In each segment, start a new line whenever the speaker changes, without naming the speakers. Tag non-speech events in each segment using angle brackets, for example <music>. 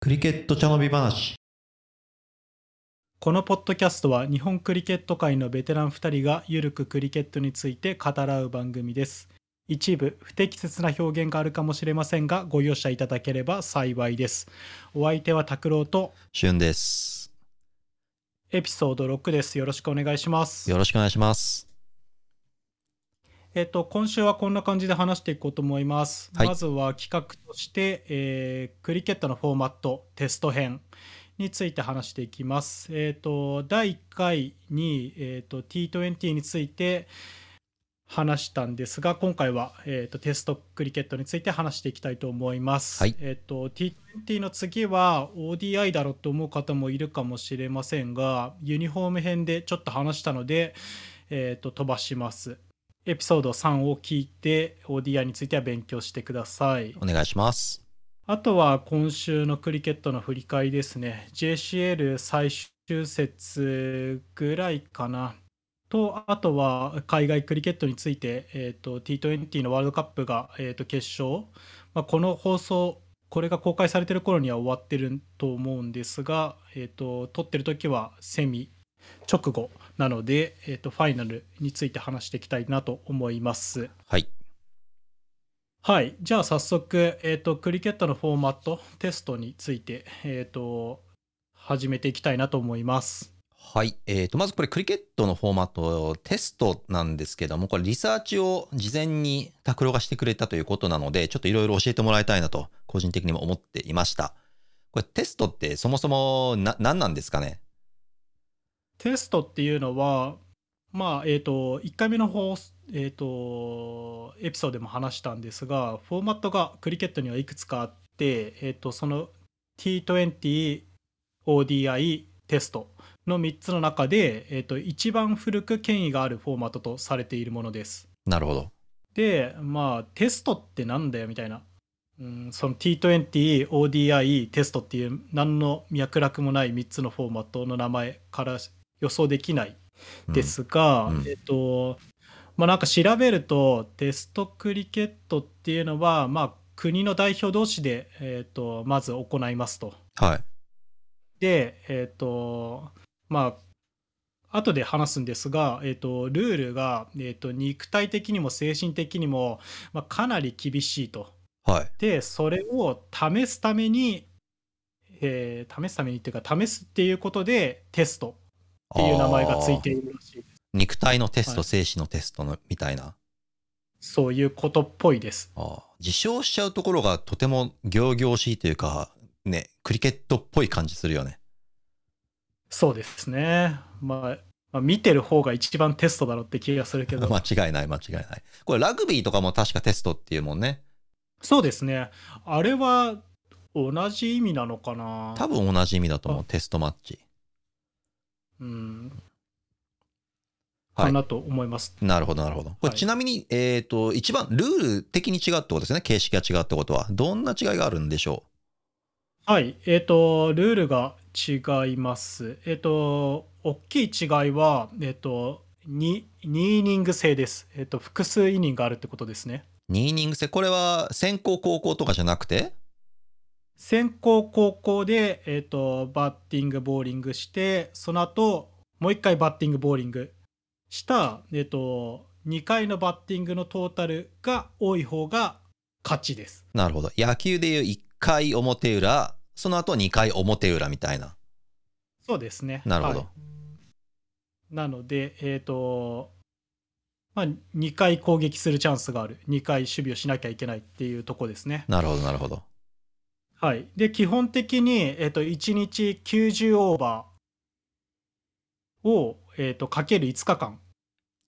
クリケット茶飲み話
このポッドキャストは日本クリケット界のベテラン2人がゆるくクリケットについて語らう番組です一部不適切な表現があるかもしれませんがご容赦いただければ幸いですお相手は拓郎と
しゅんです
エピソード6ですよろしくお願いします
よろしくお願いします
えっと今週はこんな感じで話していこうと思います、
はい
まずは企画として、えークリケットのフォーマットテスト編について話していきます。えっ、と第1回に、えー、と T20 について話したんですが今回は、えー、とテストクリケットについて話していきたいと思います。
はい
えっ、と T20 の次は ODI だろうと思う方もいるかもしれませんがユニフォーム編でちょっと話したので、えー、と飛ばします。エピソード3を聞いて ODI については勉強してください。
お願いします
あとは今週のクリケットの振り返りですね。JCL 最終節ぐらいかな。と、あとは海外クリケットについて、えー、と T20 のワールドカップが、えー、と決勝、まあ、この放送、これが公開されてる頃には終わってると思うんですが、えー、と撮ってる時はセミ直後なので、えー、とファイナルについて話していきたいなと思います。
はい
はい、じゃあ早速、えー、とクリケットのフォーマットテストについて、えー、と始めていきたいなと思います。
はいえー、とまずこれクリケットのフォーマットテストなんですけどもこれリサーチを事前に拓郎がしてくれたということなのでちょっといろいろ教えてもらいたいなと個人的にも思っていましたこれテストってそもそもな何なんですかね
テストっていうのは、まあえー、と1回目の放送、えー、とエピソードでも話したんですがフォーマットがクリケットにはいくつかあって、えー、とその T20、ODI、テストの3つの中で、えー、と一番古く権威があるフォーマットとされているものです。
なるほど
でまあテストってなんだよみたいな、うん、その T20ODI テストっていう何の脈絡もない3つのフォーマットの名前から予想できない
うん
ですが、
うんうん
えっとまあなんか調べるとテストクリケットっていうのはまあ国の代表同士で、えっとまず行いますと。
はい
で、えっ、と、まあ、後で話すんですが、えっ、と、ルールが、えっ、と、肉体的にも精神的にも、まあ、かなり厳しいと。
はい
で、それを試すために、えー試すためにっていうか、試すっていうことで、テストっていう名前がついているらしいです。
肉体のテスト、
はい
精神のテストのみたいな
そういうことっぽいです。
あー自称しちゃうところがとても仰々しいというかねクリケットっぽい感じするよね
そうですね。まあ、まあ、見てる方が一番テストだろうって気がするけど。
間違いない間違いないこれラグビーとかも確かテストっていうもんね
そうですね。あれは、同じ意味なのかな
多分同じ意味だと思う
あ
テストマッチ
うん、
はい
かなと思います。
なるほどなるほどこれ
はい
ちなみに、えっ、と一番ルール的に違うってことですね形式が違うってことはどんな違いがあるんでしょ
はい、えっ、と、ルールが違います。えっ、と、大きい違いは、えっ、と、2、2イニング制です。えっ、と、複数イニングあるってことですね。
う2イニング制これは先行後攻とかじゃなくて
先行後攻で、えっ、と、バッティング、ボーリングして、その後、もう一回バッティング、ボーリングした、えっ、と、2回のバッティングのトータルが多い方が勝ちです。
なるほど野球でいう1回表裏その後2回表裏みたいな
そうですね。
なるほど、
はいなので、えーとまあ、2回攻撃するチャンスがある、2回守備をしなきゃいけないっていうとこですね。
なるほどなるほど
はい、で基本的に、えー、と1日90オーバーを、えー、とかける5日間、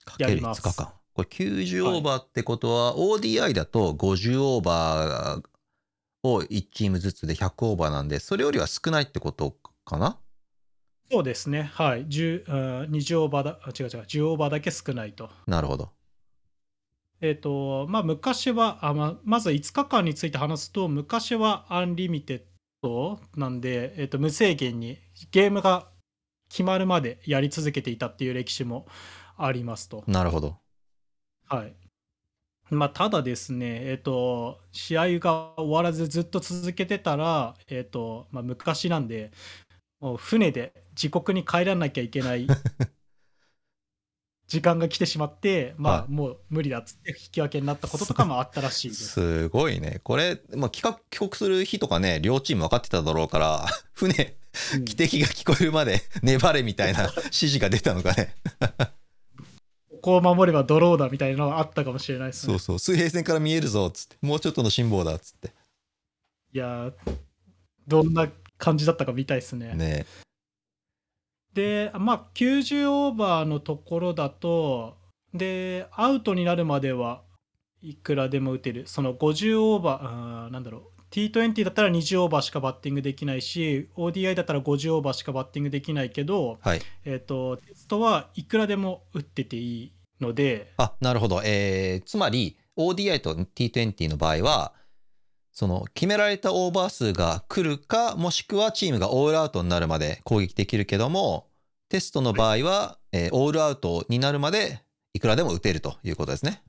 か
や
ける
り
5
ます
日間。これ90オーバーってことは、ODI だと50オーバーを1チームずつで100オーバーなんで、それよりは少ないってことかな
そうですね、はい、10あー20オーバーだ、あ違う違う、10オーバーだけ少ないと。
なるほど。
えーとまあ、昔はあま、まず5日間について話すと、昔はアンリミテッドなんで、えーと無制限にゲームが決まるまでやり続けていたっていう歴史もありますと。
なるほど。
はい、まあ、ただですね、えっと、試合が終わらずずっと続けてたら、えっとまあ、昔なんで、もう船で自国に帰らなきゃいけない
<laughs>
時間が来てしまって、ま
は
あ、
い
もう無理だっつって引き分けになったこととかもあったらしい
<laughs>
です。
すごいね。これ、まあ、帰国帰国する日とかね、両チーム分かってただろうから、 <laughs> 船、
うん
汽笛が聞こえるまで粘れみたい
<laughs>
な指示が出たのかね。
ここを守ればドローだみたいなのがあったかもしれないです
そ
ね
う。そう、水平線から見えるぞ、つって。もうちょっとの辛抱だ、つって。
いやーどんな感じだったか見たいですね。
ね
で、まあ、90オーバーのところだと、で、アウトになるまではいくらでも打てる、その50オーバーあー、なんだろう、T20 だったら20オーバーしかバッティングできないし、ODI だったら50オーバーしかバッティングできないけど、
はい。
えっとテストはいくらでも打ってていいので、
あ、なるほど。えー、つまり、ODI と T20 の場合は、その、決められたオーバー数が来るか、もしくはチームがオールアウトになるまで攻撃できるけども、テストの場合は、えーオールアウトになるまで、いくらでも打てるということですね。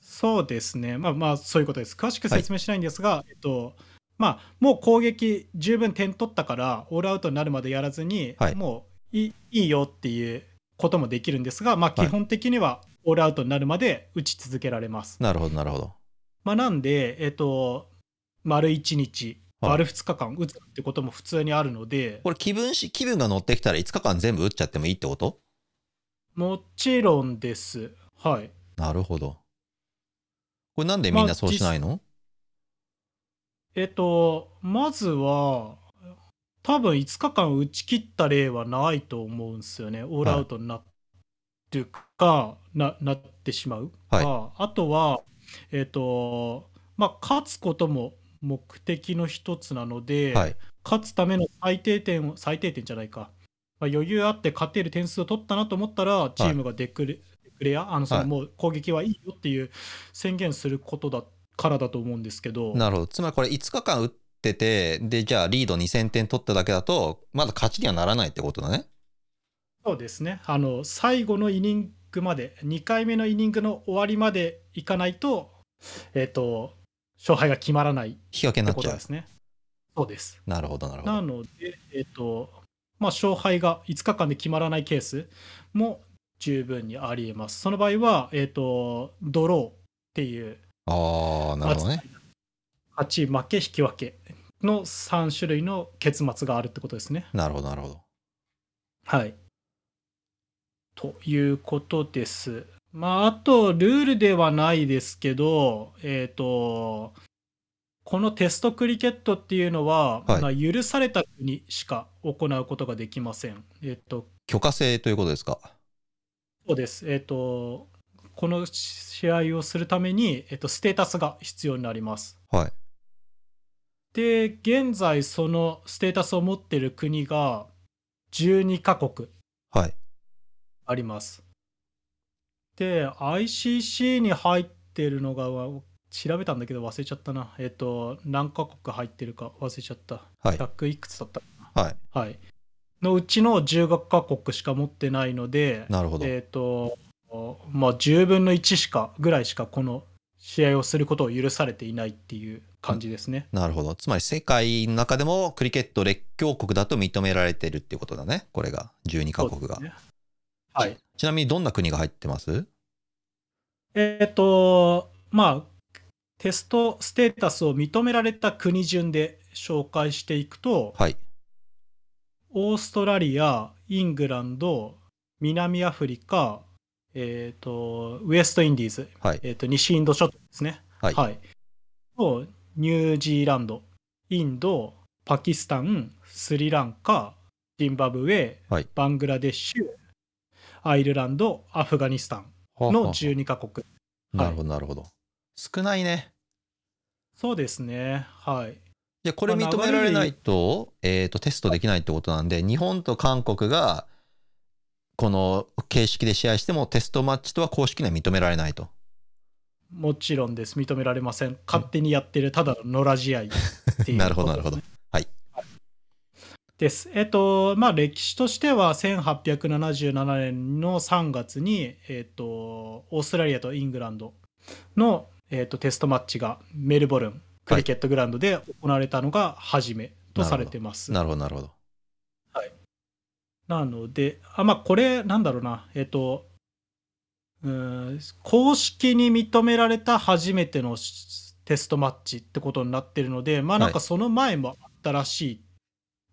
そうですね、まあまあ、そういうことです。詳しく説明しないんですが、えっとまあ、もう攻撃、十分点取ったから、オールアウトになるまでやらずに、
はい
もういいいいよっていうこともできるんですが、まあ、
は
基
い
本的にはオールアウトになるまで打ち続けられます。
なるほど、なるほど。
まあ、なんで、えっと、丸1日、
はい
丸2日間打つってことも普通にあるので、
これ、気分し、気分が乗ってきたら5日間全部打っちゃってもいいってこと
もちろんです。はい、
なるほど。これなんでみんなそうしないの、
えっと、まずは、多分5日間打ち切った例はないと思うんですよね、オールアウトになってるか、ななってしまうか、
はい
あとは、えっとまあ、勝つことも目的の一つなので、
はい。
勝つための最低点を、最低点じゃないか、まあ、余裕あって勝てる点数を取ったなと思ったら、チームがデクレ,、ア、あのその
はい
もう攻撃はいいよっていう宣言することだからだと思うんですけど。
なるほど。つまりこれ5日間打ってて、で、じゃあリード2000点取っただけだと、まだ勝ちにはならないってことだね。
そうですねあの最後のイニングまで2回目のイニングの終わりまでいかないと,、えっと勝敗が決まらないっ
引き分けにな
て
っ
こ
ち
と
ゃう
で。すね。そうです
なるほど、なるほ
な
ど。
ので、えっとまあ、勝敗が5日間で決まらないケースも十分にありえます。その場合は、えっとドローっていう
ああ、なるほどね。
勝ち負け引き分けの3種類の結末があるってことですね。
なるほど、なるほど。
はい。ということです。まあ、あと、ルールではないですけど、えっ、と、このテストクリケットっていうのは、
はい
まあ許された国しか行うことができません。えっ、と、
許可制ということですか。
そうです。えっ、と、この試合をするために、えっ、と、ステータスが必要になります。
はい。
で、現在、そのステータスを持っている国が12カ国。
はい。
あります。で、ICC に入ってるのが、わ調べたんだけど忘れちゃったな。えっと、何カ国入ってるか忘れちゃった。
はい。
100いくつだったか
はい。
な。はい。のうちの15カ国しか持ってないので、
なるほど。
えっと、まあ、10分の1しかぐらいしかこの試合をすることを許されていないっていう感じですね。
なるほど。つまり世界の中でもクリケット列強国だと認められてるっていうことだね。これが、12カ
そうで
国が。
すねはい。
ちなみにどんな国が入ってます
えっ、と、まあ、テストステータスを認められた国順で紹介していくと、
はい。
オーストラリア、イングランド、南アフリカ、えっ、と、ウエストインディーズ、
はい。
えっ、と、西インド諸島ですね。
はい
と、ニュージーランド、インド、パキスタン、スリランカ、ジンバブエ、
はい
バングラデシュ、アイルランド、アフガニスタンの12カ国。
なるほど、なるほど。少ないね。
そうですね。はい。
じゃあこれ認められないと、えっ、と、テストできないってことなんで、日本と韓国が、この形式で試合してもテストマッチとは公式には認められないと。
もちろんです。認められません。勝手にやってる、ただの野良試合っていうことです
<laughs>
ね、
なるほど、なるほど。
です。えっと、まあ、歴史としては、1877年の3月に、えっと、オーストラリアとイングランドの、えー、とテストマッチがメルボルンクリケットグラウンドで行われたのが初めとされてます。
なるほど、なるほど。
なので、あまあ、これ、なんだろうな、えっ、と、うーん、公式に認められた初めてのしテストマッチってことになってるので、まあ、なん
は
かその前もあったらしいっ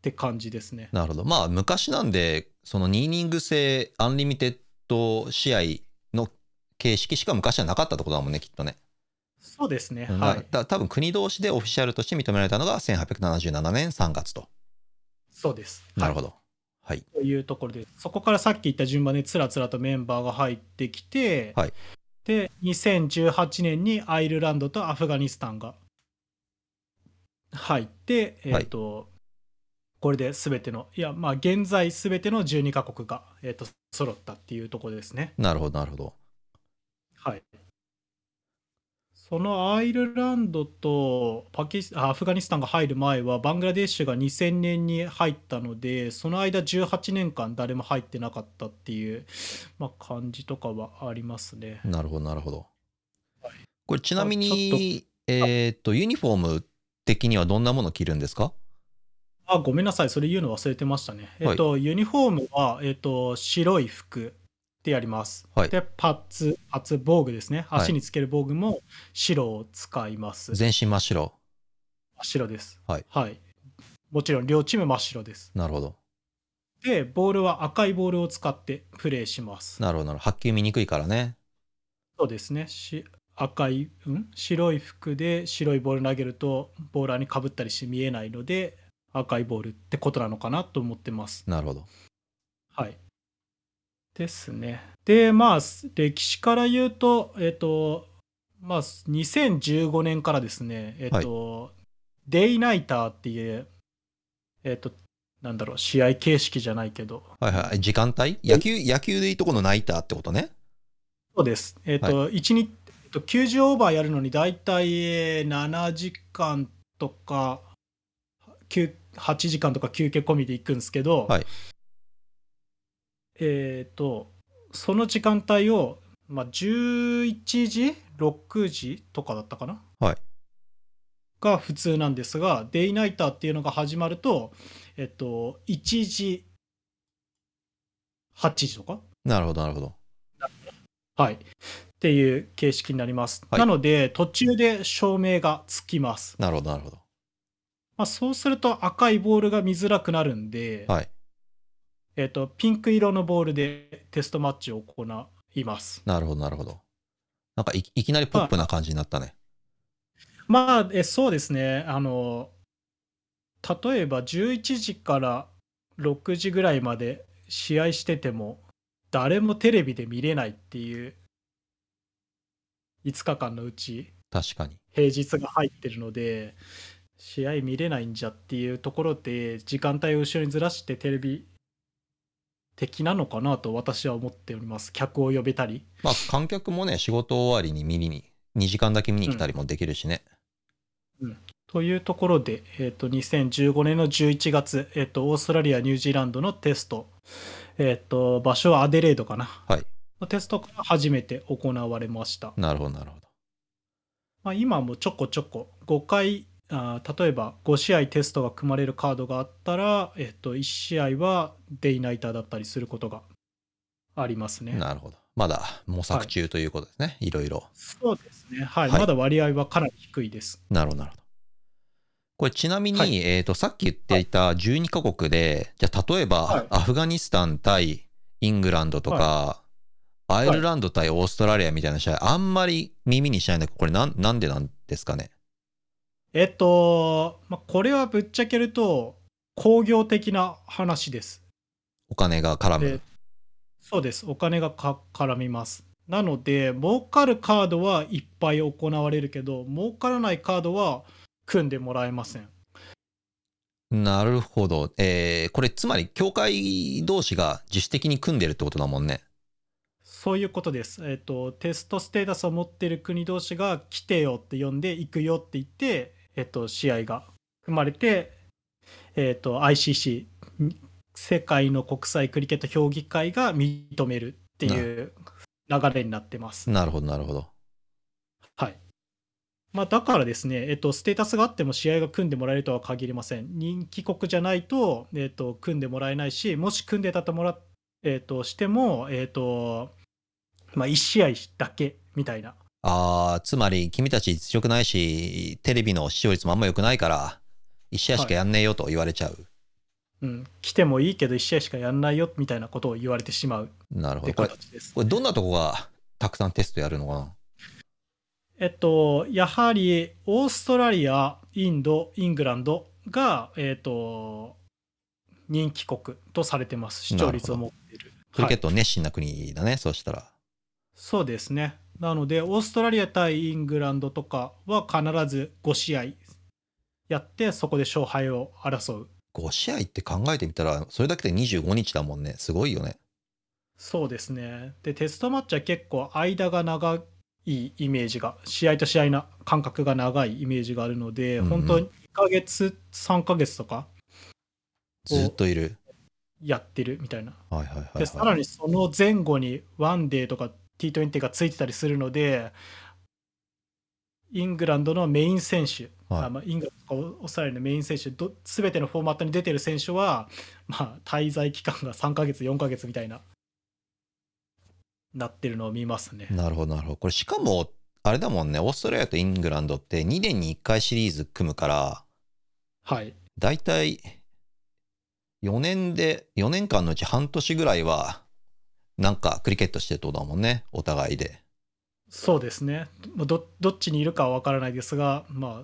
て感じですね。
なるほど。まあ、昔なんで、その2イニング制アンリミテッド試合の形式しか昔はなかったってことだもんね、きっとね。
そうですね、
うん
はい。
だ多分国同士でオフィシャルとして認められたのが1877年3月と。
そうです。
なるほ
ど。
ど。はい。
というところです。そこからさっき言った順番でつらつらとメンバーが入ってきて、
はい
で、2018年にアイルランドとアフガニスタンが入って、えっ、と、これで全ての、いや、まあ、現在全ての12カ国が、えっ、と、揃ったっていうところですね。
なるほど、なるほど。
はい。そのアイルランドとパキスあアフガニスタンが入る前はバングラデシュが2000年に入ったのでその間18年間誰も入ってなかったっていう、まあ、感じとかはありますね。
なるほど、なるほど
はい。
これ、ちなみ
あちょっ
に、えっと、ユニフォーム的にはどんなもの着るんですか
あごめんなさいそれ言うの忘れてましたね。えっとユニフォームは、えっと、白い服でやります。
はい
でパッツパッツ防具ですね
い
足につける防具も白を使います。
全身真っ白。
真っ白です。
はい
はい、もちろん両チーム真っ白です。
なるほど。
でボールは赤いボールを使ってプレーします
なるほど、なるほど。発球見にくいからね。
そうですねし赤い、うん、白い服で白いボール投げるとボーラーにかぶったりして見えないので赤いボールってことなのかなと思ってます
なるほど。
はいですねでまあす歴史から言うとえっ、とまあ2015年からですねえっ、と、デイナイターっていうえっ、となんだろう試合形式じゃないけど
はいはい。時間帯野球、野球でいいとこのナイターってことね。
そうです。えっ、と、一日、えっと、90オーバーやるのに、だいたい7時間とか、9 8時間とか休憩込みで行くんですけど、
はい
えっ、と、その時間帯を、まあ、11時、6時とかだったかな。
はい
が普通なんですが、デイナイターっていうのが始まると、えっと、1時、8時とか
なるほど、なるほど。
はい、っていう形式になります。
はい
なので、途中で照明がつきます。
なるほど、なるほど。
まあ、そうすると赤いボールが見づらくなるんで、
はい。
えっと、ピンク色のボールでテストマッチを行います。
なるほど、なるほど。なんかいいきなりポップな感じになったね。
まあ、えそうですね、あの例えば11時から6時ぐらいまで試合してても、誰もテレビで見れないっていう5日間のうち、
確かに。
平日が入ってるので試合見れないんじゃっていうところで時間帯を後ろにずらしてテレビ的なのかなと私は思っております客を呼べたり
まあ、観客もね、仕事終わりに見に、2時間だけ見に来たりもできるしね。
というところで、えー、と2015年の11月、えー、とオーストラリアニュージーランドのテスト、えー、と場所はアデレードかな、
はい
のテストから初めて行われました
なるほど、なるほど。
まあ、今もちょこちょこ5回あー例えば5試合テストが組まれるカードがあったら、えっと、1試合はデイナイターだったりすることがありますね。
なるほど。まだ模索中ということですね。い、ろいろ。
そうですね、はい
はい
まだ割合はかなり低いです。
なるほど、なるほど。これちなみに、
はい
えっ、と、さっき言っていた12カ国で、じゃあ例えば、
はい
アフガニスタン対イングランドとか、
い
アイルランド対オーストラリアみたいな試合、あんまり耳にしないんだけど、これなんなんでなんですかね。
えっと、まあ、これはぶっちゃけると工業的な話です。
お金が絡
で
む。
そうですお金がか絡みますなので儲かるカードはいっぱい行われるけど儲からないカードは組んでもらえません
なるほど。えー、これつまり、協会同士が自主的に組んでるってことだもんね。
そういうことです、えっとテストステータスを持ってる国同士が来てよって呼んで行くよって言って、えっと試合が組まれて、えっと ICC 世界の国際クリケット評議会が認めるっていう流れになってます。
なるほど、なるほど。
まあ、だからですね、えっと、ステータスがあっても試合が組んでもらえるとは限りません。人気国じゃないと、えっと、組んでもらえないし、もし組んでたともら、えっと、しても、えっと、まあ、1試合だけみたいな。
ああ、つまり君たち実力ないし、テレビの視聴率もあんま良くないから、1試合しかやんねえよと言われちゃう。
うん、来てもいいけど1試合しかやんないよみたいなことを言われてしまう
なる
っ
ほ
て
ど。これ、
形です。
これどんなとこがたくさんテストやるのかな
えっと、やはりオーストラリア、インド、イングランドが、えっと、人気国とされてます、視聴率を持っている。
クリケッ
はい
ト熱心な国だね、そうしたら。
そうですね。なので、オーストラリア対イングランドとかは必ず5試合やって、そこで勝敗を争う。
5試合って考えてみたら、それだけで25日だもんね。すごいよね。
そうですね。で、テストマッチは結構間が長いイメージが、試合と試合の間隔が長いイメージがあるので、
うんうん
本当に1ヶ月、3ヶ月とか
ずっといる。
やってるみたいな。
はいはいはい、
で、さら
はい。
にその前後にワンデーとか T20 がついてたりするので、イングランドのメイン選手、
はい
あまあ、イングランドとかオーストラリアのメイン選手、すべてのフォーマットに出てる選手は、 <laughs> まあ、滞在期間が3ヶ月、4ヶ月みたいな、なってるのを見ますね。
なるほどなるほど。これしかも、あれだもんね、オーストラリアとイングランドって2年に1回シリーズ組むから、
はい、
大体4年で、4年間のうち半年ぐらいは、なんかクリケットしてるってことだもんね、お互いで。
そうですね、もうどどっちにいるかは分からないですが、まあ、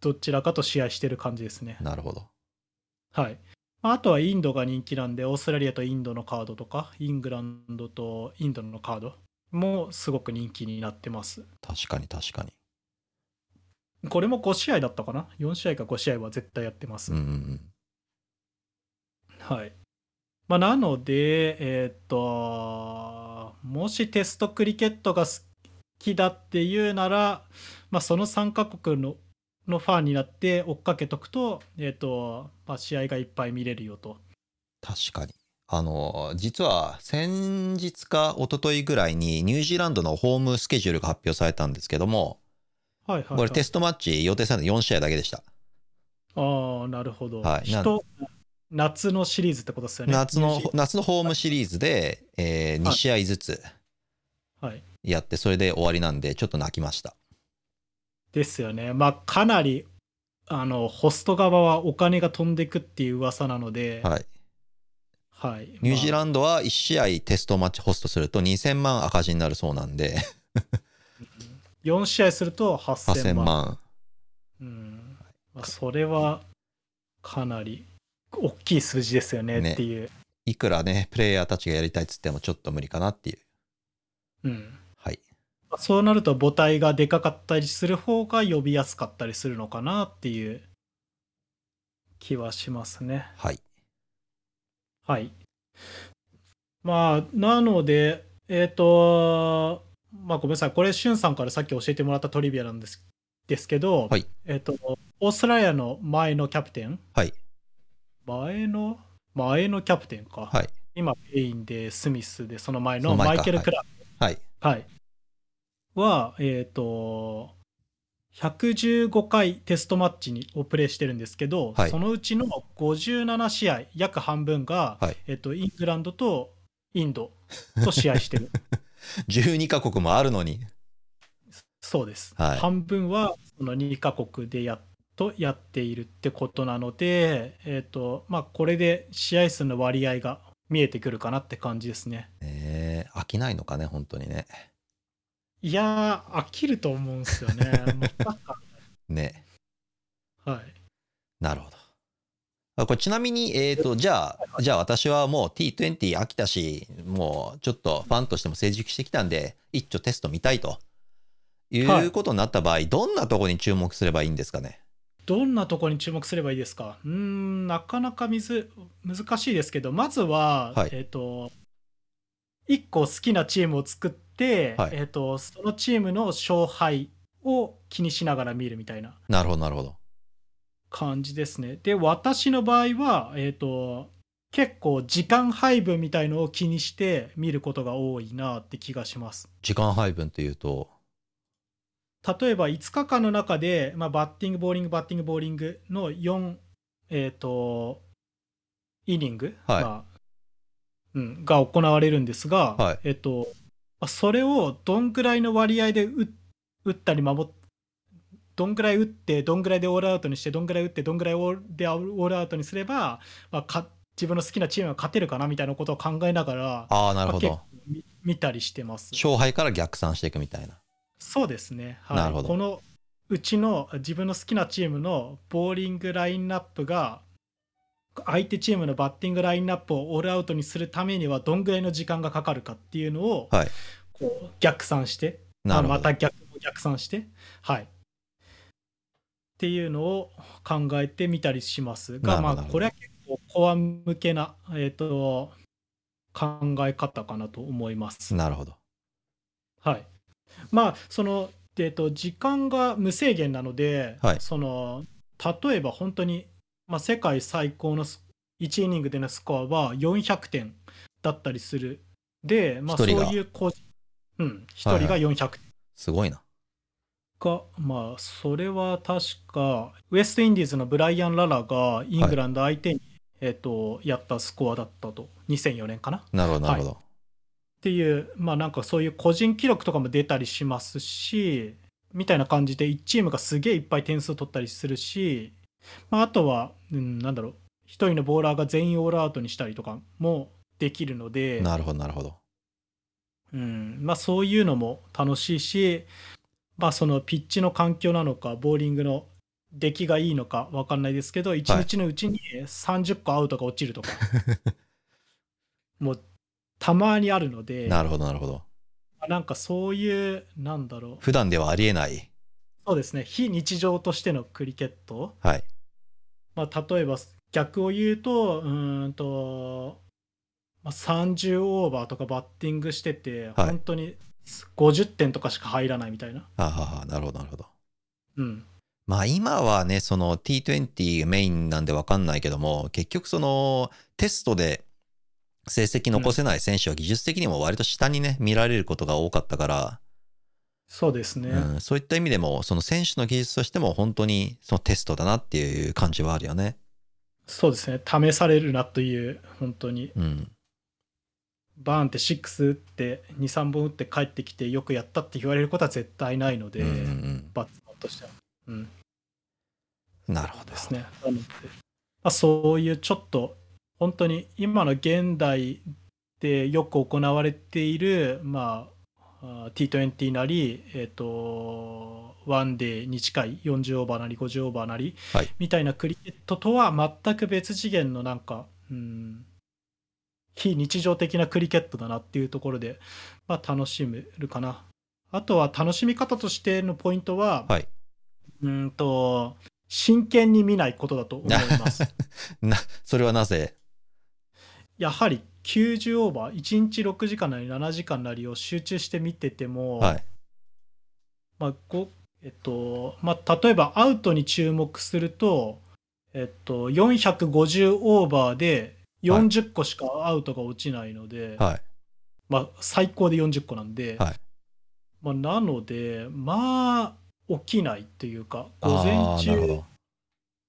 どちらかと試合してる感じですね。
なるほど。
はい。まああとはインドが人気なんで、オーストラリアとインドのカードとか、イングランドとインドのカードもすごく人気になってます。
確かに確かに。
これも5試合だったかな ?4 試合か5試合は絶対やってます。
うんうんうん。
はい。まあ、なので、えーっと、もしテストクリケットが好きだっていうなら、まあ、その3カ国ののファンになって追っかけとくと、えーっと、まあ、試合がいっぱい見れるよと。
確かに。あの、実は先日か一昨日ぐらいにニュージーランドのホームスケジュールが発表されたんですけども、
はいはい、はい。
これテストマッチ予定された4試合だけでした。
ああ、なるほど。
はいなん
人夏のシリーズってことですよね。
夏の
入試、
夏のホームシリーズで、え2
はい
試合ずつ
はい、
やって、それで終わりなんで、ちょっと泣きました。
ですよね。まあ、かなりあのホスト側はお金が飛んでくっていう噂なので、
はい。
はい
ニュージー
ン
ランドは1試合テストマッチホストすると2000万赤字になるそうなん
<laughs>
で、
ド、4試合すると8000
8000
万。
万。
うんまあ、それはかなり大きい数字ですよね
ね
っていう。
いくらね、プレイヤーたちがやりたいっつってもちょっと無理かなっていう。
うん
はい。
まあそうなると母体がでかかったりする方が呼びやすかったりするのかなっていう気はしますね。
はい。
はい。まあ、なので、えっ、と、まあ、ごめんなさい、これ、しゅんさんからさっき教えてもらったトリビアなんですですけど、
はい
えっ、と、オーストラリアの前のキャプテン、
はい。
前の、前のキャプテンか、
はい
今、ペインで、スミスで、その前
そ
の
の前か
マイケル・クラ
はい。
ブ、はい、は、えっ、と、115回テストマッチにをプレイしてるんですけど、
はい
そのうちの57試合、約半分が、
はい。
えっと、イングランドとインドと試合して
<laughs>
る
12カ国もあるのに。
そうです、
はい
半分はその2カ国でやっとやっているってことなので、えっとまあ、これで試合数の割合が見えてくるかなって感じですね。
ねえ飽きないのかね、本当にね。
いやー、飽きると思うんですよね。まさか
ね。
はい、
なるほど。あこれちなみに、えっ、と、じゃあ、じゃあ私はもう T20 飽きたし、もうちょっとファンとしても成熟してきたんで、一丁テスト見たいと。い
は
う
い
ことになった場合、どんなとこに注目すればいいんですかね。
どんなところに注目すればいいですかうーんなかなか水難しいですけどまずは、
はい
えっ、と1個好きなチームを作って、
はい
えっとそのチームの勝敗を気にしながら見るみたいな
なるほど、なるほど。
感じですねで私の場合は、えっと結構時間配分みたいのを気にして見ることが多いなって気がします
時間配分というと、
例えば5日間の中で、まあ、バッティング、ボーリング、バッティング、ボーリングの4、えー、とイニング、
はい
まあうん、が行われるんですが、
はい
えー、とまあそれをどんぐらいの割合で打打ったり守っどんぐらい打って、どんぐらいでオールアウトにして、どんぐらい打って、どんぐらいオールでオールアウトにすれば、まあ、か自分の好きなチームが勝てるかなみたいなことを考えながら、
ああ、なるほ
ま
ど。
あ結構み見たりしてます。
勝敗から逆算していくみたいな。
そうですね、はい、
なるほど
このうちの自分の好きなチームのボーリングラインナップが相手チームのバッティングラインナップをオールアウトにするためにはどんぐらいの時間がかかるかっていうのを、
はい
こう逆算して、
なる
ま
ほ
あ
ど。
また逆も逆算して、はい。っていうのを考えてみたりしま
な
す
る
が、
ほ
ま
ど
あ、
なるほど
これは結構コア向けな、えー、と考え方かなと思います。
なるほど。
はい、まあその、えっと時間が無制限なので、
はい
その例えば本当に、まあ、世界最高のス1イニングでのスコアは400点だったりするで、まあ、
一
そう
人が
いう個人、うん、1
はい
人が400点
すごいな。
か、まあそれは確かウエストインディーズのブライアン・ララがイングランド相手に、えっとやったスコアだったと2004年かな。
なるほど、なるほど。
っていうまあなんかそういう個人記録とかも出たりしますしみたいな感じで1チームがすげえいっぱい点数取ったりするし、まあ、あとは、うん、なんだろう1人のボーラーが全員オールアウトにしたりとかもできるので、
なるほど、なるほど。
うんまあ、そういうのも楽しいし、まあ、そのピッチの環境なのかボーリングの出来がいいのか分かんないですけど1日のうちに30個アウトが落ちる
<laughs>
とか、もうたまにあるので。
なるほど、なるほど。
なんかそういう、なんだろう、
普段ではありえない。
そうですね、非日常としてのクリケット、
はい。
まあ、例えば逆を言うと、うーんと、まあ、30オーバーとかバッティングしてて、
はい
本当に50点とかしか入らないみたいな。
あはは、なるほど、なるほど。
うん、
まあ今はね、その T20 メインなんでわかんないけども、結局そのテストで成績残せない選手は技術的にも割と下にね、見られることが多かったから、
そうですね。
うん、そういった意味でも、その選手の技術としても本当にそのテストだなっていう感じはあるよね。
そうですね試されるなという、本当に、
うん。
バーンって6打って、2、3本打って帰ってきて、よくやったって言われることは絶対ないので、
うんうん
バッツマンとしては。うん
うん、なるほど
で。すね。なので、まあ、そういうちょっと本当に今の現代でよく行われている、まあ、あー T20 なり、えっとワンデーに近い40オーバーなり50オーバーなり、
はい
みたいなクリケットとは全く別次元のなんか、うん、非日常的なクリケットだなっていうところで、まあ、楽しめるかな。あとは楽しみ方としてのポイントは、
はいう
ーんと真剣に見ないことだと思います。
<laughs> な、それはなぜ
やはり90オーバー1日6時間なり7時間なりを集中して見てても、
はい。
まあごえっとまあ、例えばアウトに注目すると、えっと、450オーバーで40個しかアウトが落ちないので、
はい。
まあ、最高で40個なんで、
はい
まあ、なのでまあ起きないというか午
あ
前
あ、なるほ
中
ど。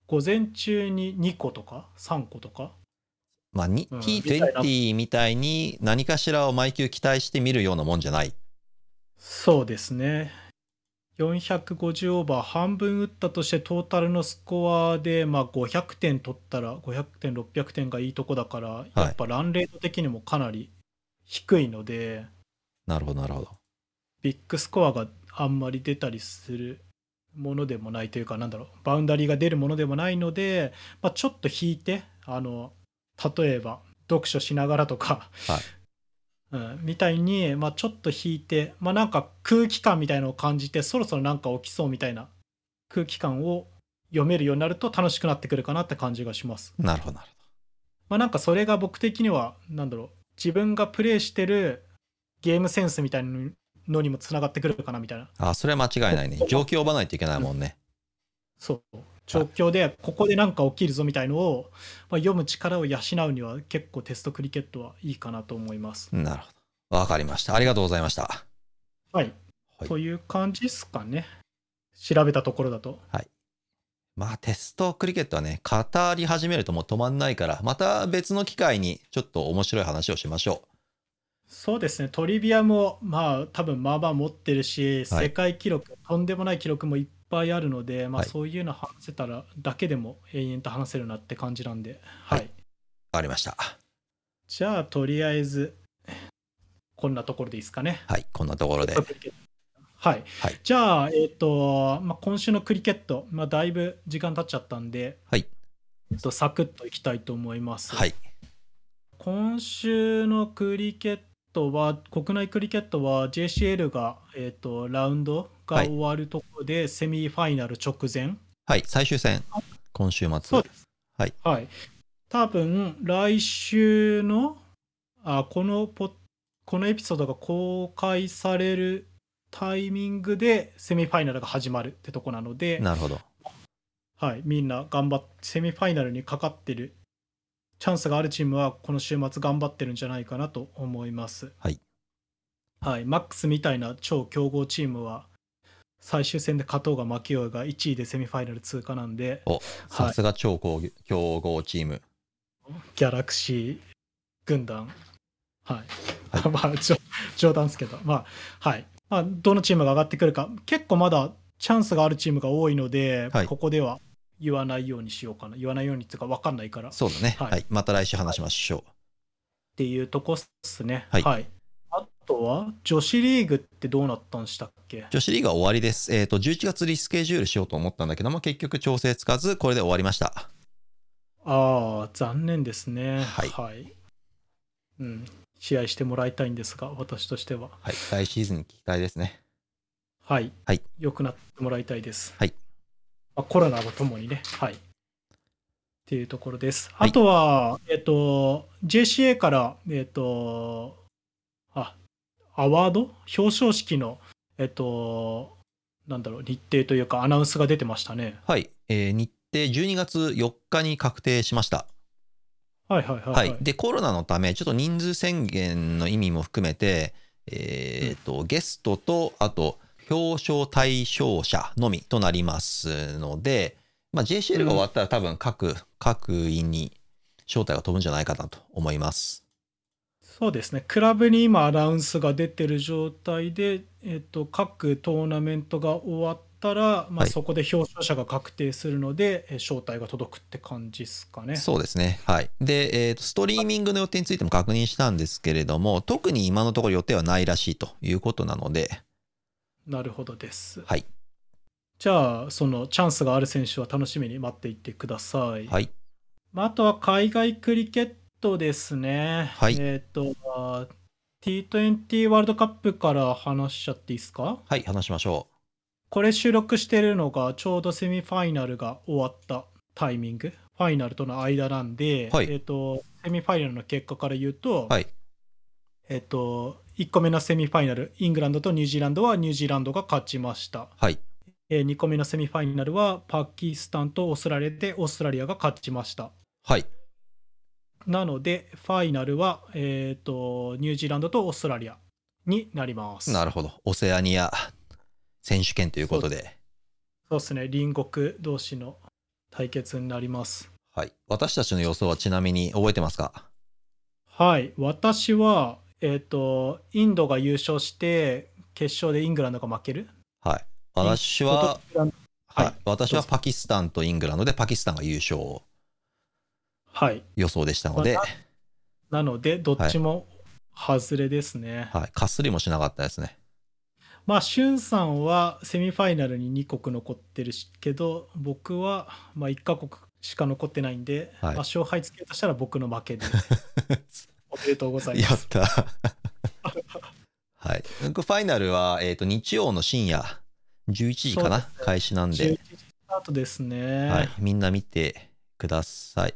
午前中に2個とか3個とか
まあ、に
うん
T20 みたいに何かしらを毎球期待して見るようなもんじゃない。
そうですね。450オーバー半分打ったとしてトータルのスコアで、まあ、500点取ったら500点600点がいいとこだから、やっぱランレート的にもかなり低いので
なるほど、なるほど。
ビッグスコアがあんまり出たりするものでもないというかなんだろうバウンダリーが出るものでもないので、まあ、ちょっと引いてあの例えば読書しながらとか、
はい
<laughs> うん、みたいに、まあ、ちょっと引いて、まあ、なんか空気感みたいのを感じてそろそろなんか起きそうみたいな空気感を読めるようになると楽しくなってくるかなって感じがします。
なるほど、なるほど。
まあ、なんかそれが僕的にはなんだろう自分がプレイしてるゲームセンスみたいなのにもつながってくるかなみたいな
あ、それは間違いないね。状況を追わないといけないもんね。
そう状況でここで何か起きるぞみたいのを、まあ、読む力を養うには結構テストクリケットはいいかなと思います。
なるほど。わかりました。ありがとうございました。
はい、
はい
という感じですかね。調べたところだと。
まあテストクリケットはね、語り始めるともう止まんないから、また別の機会にちょっと面白い話をしましょ
そうですね、トリビアも、まあ、多分まあまあ持ってるし、
はい
世界記録、とんでもない記録もいっぱいあるので、まあ、
はい
そういうの話せたら、だけでも永遠と話せるなって感じなんで、はい。
はう。わかりました。
じゃあ、とりあえず、こんなところでいいですかね。
はい、こんなところで。
はい、
はい
じゃあ、えっとまあ、今週のクリケット、まあ、だいぶ時間経っちゃったんで、
はい
えっと、サクッといきたいと思います。
はい、
今週のクリケットは国内クリケットは JCL が、えー、とラウンドが
はい
終わるところで、セミファイナル直前
はい、最終戦、今週末。
そうです
はい、
はい、多分来週のあこのポこのエピソードが公開されるタイミングでセミファイナルが始まるってとこなので
なるほど。
はい、みんな頑張ってセミファイナルにかかってるチャンスがあるチームはこの週末頑張ってるんじゃないかなと思います。
はい、
はい、マックスみたいな超強豪チームは最終戦で勝とうが負けようが1位でセミファイナル通過なんで
お、さすが超高強豪チーム。
ギャラクシー軍団はい、
は
<laughs> まあ冗冗談ですけどまあはい、まあ、どのチームが上がってくるか結構まだチャンスがあるチームが多いので、
はい
ここでは言わないようにしようかな言わないようにっていうか分かんないから
そうだね。は、
はいい
また来週話しましょ
っていうとこっすね。
は
はいい。あとは、女子リーグってどうなったんしたっけ
う。女子リーグは終わりです。えっ、と、11月リスケジュールしようと思ったんだけども、結局調整つかず、これで終わりました。
ああ、残念ですね。
はい
うん。試合してもらいたいんですが、私としては。
はい、来シーズンに期待ですね。
はい。
はい
良くなってもらいたいです。
はい
まあ、コロナとともにね。はい。っていうところです。
はい
あとは、えっと、JCA から、えっと、あ、アワード表彰式の、えっと、なんだろう、日程というか、アナウンスが出てましたね。
はい、えー日程12月4日に確定しました。
はいはいはい、は。
はいい、でコロナのためちょっと人数宣言の意味も含めて、えーとゲストとあと表彰対象者のみとなりますので、まあ、JCL が終わったら多分各,、各員に招待が飛ぶんじゃないかなと思います。
そうですね、クラブに今、アナウンスが出てる状態で、えっと、各トーナメントが終わったら、ま
は
あ、
い
そこで表彰者が確定するので、えー招待が届くって感じですかね。
そうですね、はいでえーとストリーミングの予定についても確認したんですけれども特に今のところ予定はないらしいということなので、
なるほどです。
はい
じゃあ、そのチャンスがある選手は楽しみに待っていてください。
はい、
まあ、あとは海外クリケットですね。
はい
えっと、あー T20 ワールドカップから話しちゃっていいですか
はい、話しましょう。
これ収録してるのがちょうどセミファイナルが終わったタイミングファイナルとの間なんで、
はい
えっとセミファイナルの結果から言うと、
はい
えっと1個目のセミファイナルイングランドとニュージーランドはニュージーランドが勝ちました、
はい
え2個目のセミファイナルはパキスタンとオーストラリアでオーストラリアが勝ちました
はい
なのでファイナルは、えっとニュージーランドとオーストラリアになります
なるほど。オセアニア選手権ということで。
そうですね隣国同士の対決になります
はい。私たちの予想はちなみに覚えてますか
はい、私は、えっ、と、インドが優勝して、決勝でイングランドが負ける。
はい。私は、
は
はいい。私はパキスタンとイングランドでパキスタンが優勝
はい。
予想でしたので、
わなので、どっちも外れですね。
はい。かすりもしなかったですね。
まあ、しゅんさんはセミファイナルに2国残ってるしけど、僕は、まあ、1カ国しか残ってないんで、
はい
まあ、勝敗つけるとしたら僕の負けで。
<laughs>
おめでとうござい
や
ま
っ
す。
た。はい。ファイナルは、えっ、と、日曜の深夜、11時かな、
そうですね
開始なん
11
で
時、スタートですね。
はい。みんな見てください。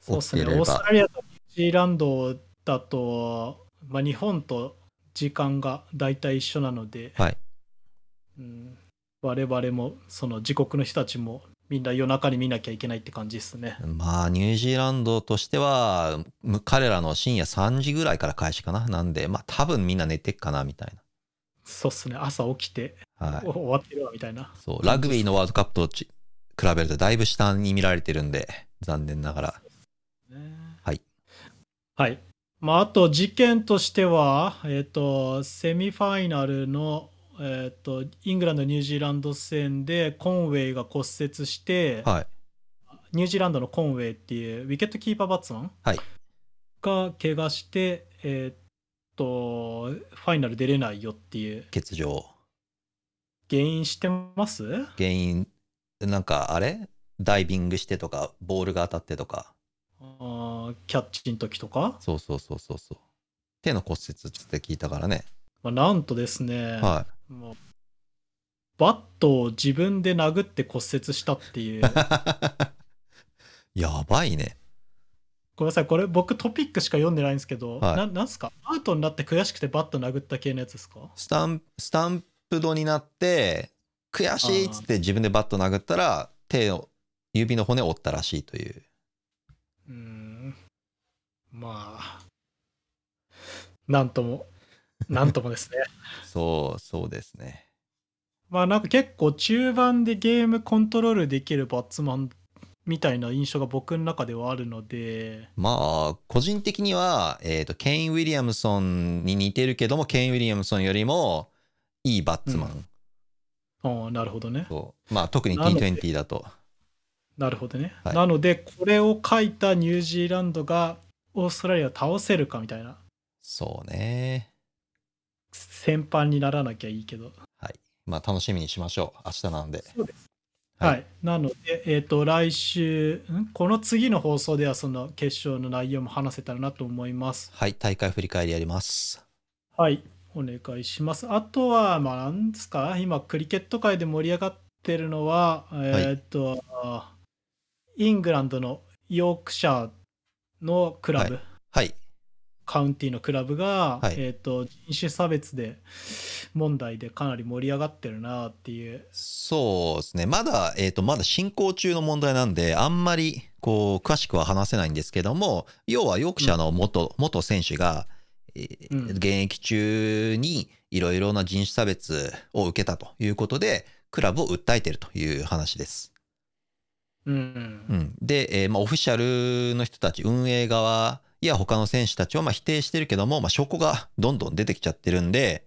そうですね、
起きてれば
オーストラリアとニュージーランドだと、まあ、日本と時間が大体一緒なので、
はい
うん、我々もその自国の人たちもみんな夜中に見なきゃいけないって感じですね。
まあ、ニュージーランドとしては、む彼らの深夜3時ぐらいから開始かな。なんで、まあ、多分みんな寝てっかな、みたい
そうっすね、朝起きて、
はい
お終わってるわみたいな。
そう、ラグビーのワールドカップとち比べるとだいぶ下に見られてるんで、残念ながら。
ね
はい。
はい。まあ、あと事件としては、えっ、と、セミファイナルの、えっ、と、イングランド、ニュージーランド戦でコンウェイが骨折して、
はい。
ニュージーランドのコンウェイっていうウィケットキーパーバッツマン、
はい
が怪我して、えっ、と、ファイナル出れないよっていう
欠場。
原因してます
原因、なんかあれダイビングしてとか、ボールが当たってとか。
あーキャッチの時とか、
そうそうそうそうそう。手の骨折って聞いたからね。
まあ、なんとですね、
は
もうバットを自分で殴って骨折したっていう
い。 <laughs> やばいね。
ごめんなさいこれ僕トピックしか読んでないんですけど、
はい
ななんすかアウトになって悔しくてバット殴った系のやつですか
スタンスタンプドになって、悔しいっつって自分でバット殴ったら、手を、指の骨を折ったらしいという。
うーんまあなんともなんともですね <laughs>
そう、そうですね。
まあなんか結構中盤でゲームコントロールできるバッツマンみたいな印象が僕の中ではあるので
まあ、個人的には、えっ、と、ケイン・ウィリアムソンに似てるけども、ケイン・ウィリアムソンよりもいいバッツマン。
うんあなるほどね
そうまあ、特に
なので
T20 だと。
なるほどね、
はい
なのでこれを書いたニュージーランドがオーストラリアを倒せるかみたいな
そうね。
先般にならなきゃいいけど
まあ、楽しみにしましょう。明日なんで。
そうです
はい
はい、なので、えー、と来週んこの次の放送ではその決勝の内容も話せたらなと思います
はい、大会振り返りやります。
はいお願いしますあとはまあなんですか今クリケット界で盛り上がってるのはえっ、と、イングランドのヨークシャーのクラブ、
はい。
カウンティのクラブが、
はい
えー、と人種差別で問題でかなり盛り上がってるなっていう、
そうですね。まだ、えっ、と、まだ進行中の問題なんで、あんまり、こう、詳しくは話せないんですけども、要はヨークシャーの元、元選手が、えー
うん
現役中にいろいろな人種差別を受けたということで、クラブを訴えてるという話です。
うん
うん、で、えーまあ、オフィシャルの人たち、運営側や他の選手たちはまあ否定してるけども、まあ、証拠がどんどん出てきちゃってるんで、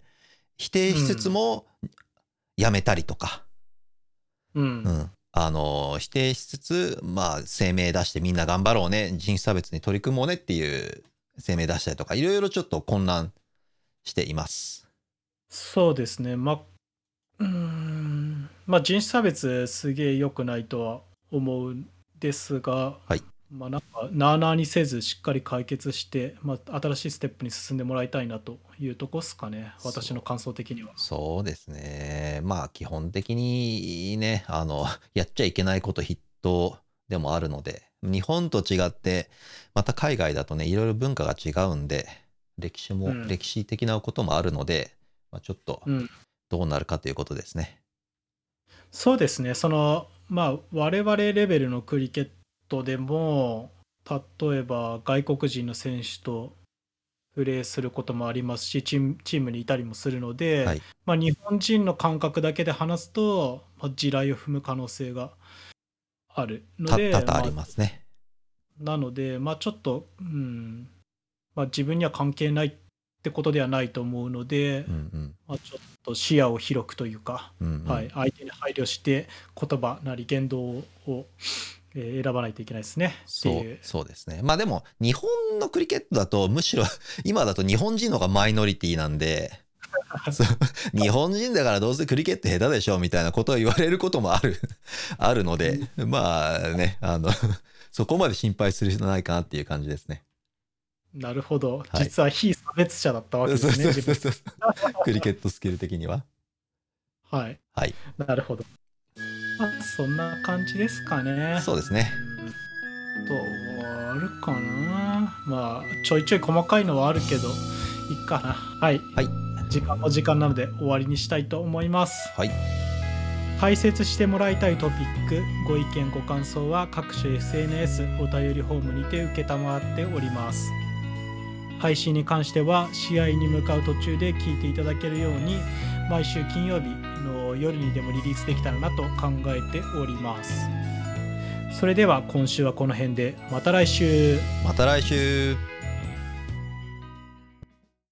否定しつつも、やめたりとか、
うん
うん、あの否定しつつ、まあ、声明出してみんな頑張ろうね人種差別に取り組もうねっていう声明出したりとかいろいろちょっと混乱しています。
そうですねまあうーんまあ人種差別すげえ良くないとは思うんですが、
はい
まあなんかなあなあにせずしっかり解決して、まあ、新しいステップに進んでもらいたいなというとこですかね
そう
私の感想的には
そうですねまあ基本的にねあのやっちゃいけないこと筆頭でもあるので日本と違ってまた海外だとねいろいろ文化が違うんで歴史も、
うん
歴史的なこともあるので、まあ、ちょっと
うん
どうなるかということですね。
そうですね、その、まあ、我々レベルのクリケットでも、例えば外国人の選手とプレーすることもありますし、チームチームにいたりもするので、
はい
まあ、日本人の感覚だけで話すと、まあ、地雷を踏む可能性があるの
た
で、
多々あり
ま
ますね。
あなので、まあ、ちょっと、うんまあ、自分には関係ないってことではないと思うので、
うん
まあ、ちょっと視野を広くというか。
うんうんうん
はい、相手に配慮して言葉なり言動を、えー選ばないといけないですねって
そ
いう
うそうですね。まあでも日本のクリケットだとむしろ <laughs> 今だと日本人の方がマイノリティなんで
<laughs>
そう日本人だからどうせクリケット下手でしょみたいなことを言われることもある <laughs> あるのでまあねあの <laughs> そこまで心配する必要ないかなっていう感じですね。
なるほど、
はい
実は非差別者だったわけ
そう
です
そう
ね
<laughs> そう
自分
そうクリケットスキル的には。
はい、
はい
なるほどまあそんな感じですかね
そうですね。
どうあるかなまあちょいちょい細かいのはあるけどいいかなはい、
はい
時間も時間なので終わりにしたいと思います
はい
解説してもらいたいトピックご意見ご感想は各種 SNS お便りフォームにて承っております配信に関しては試合に向かう途中で聞いていただけるように毎週金曜日のと夜にでもリリースできたらなと考えておりますそれでは今週はこの辺でまた来週
また来週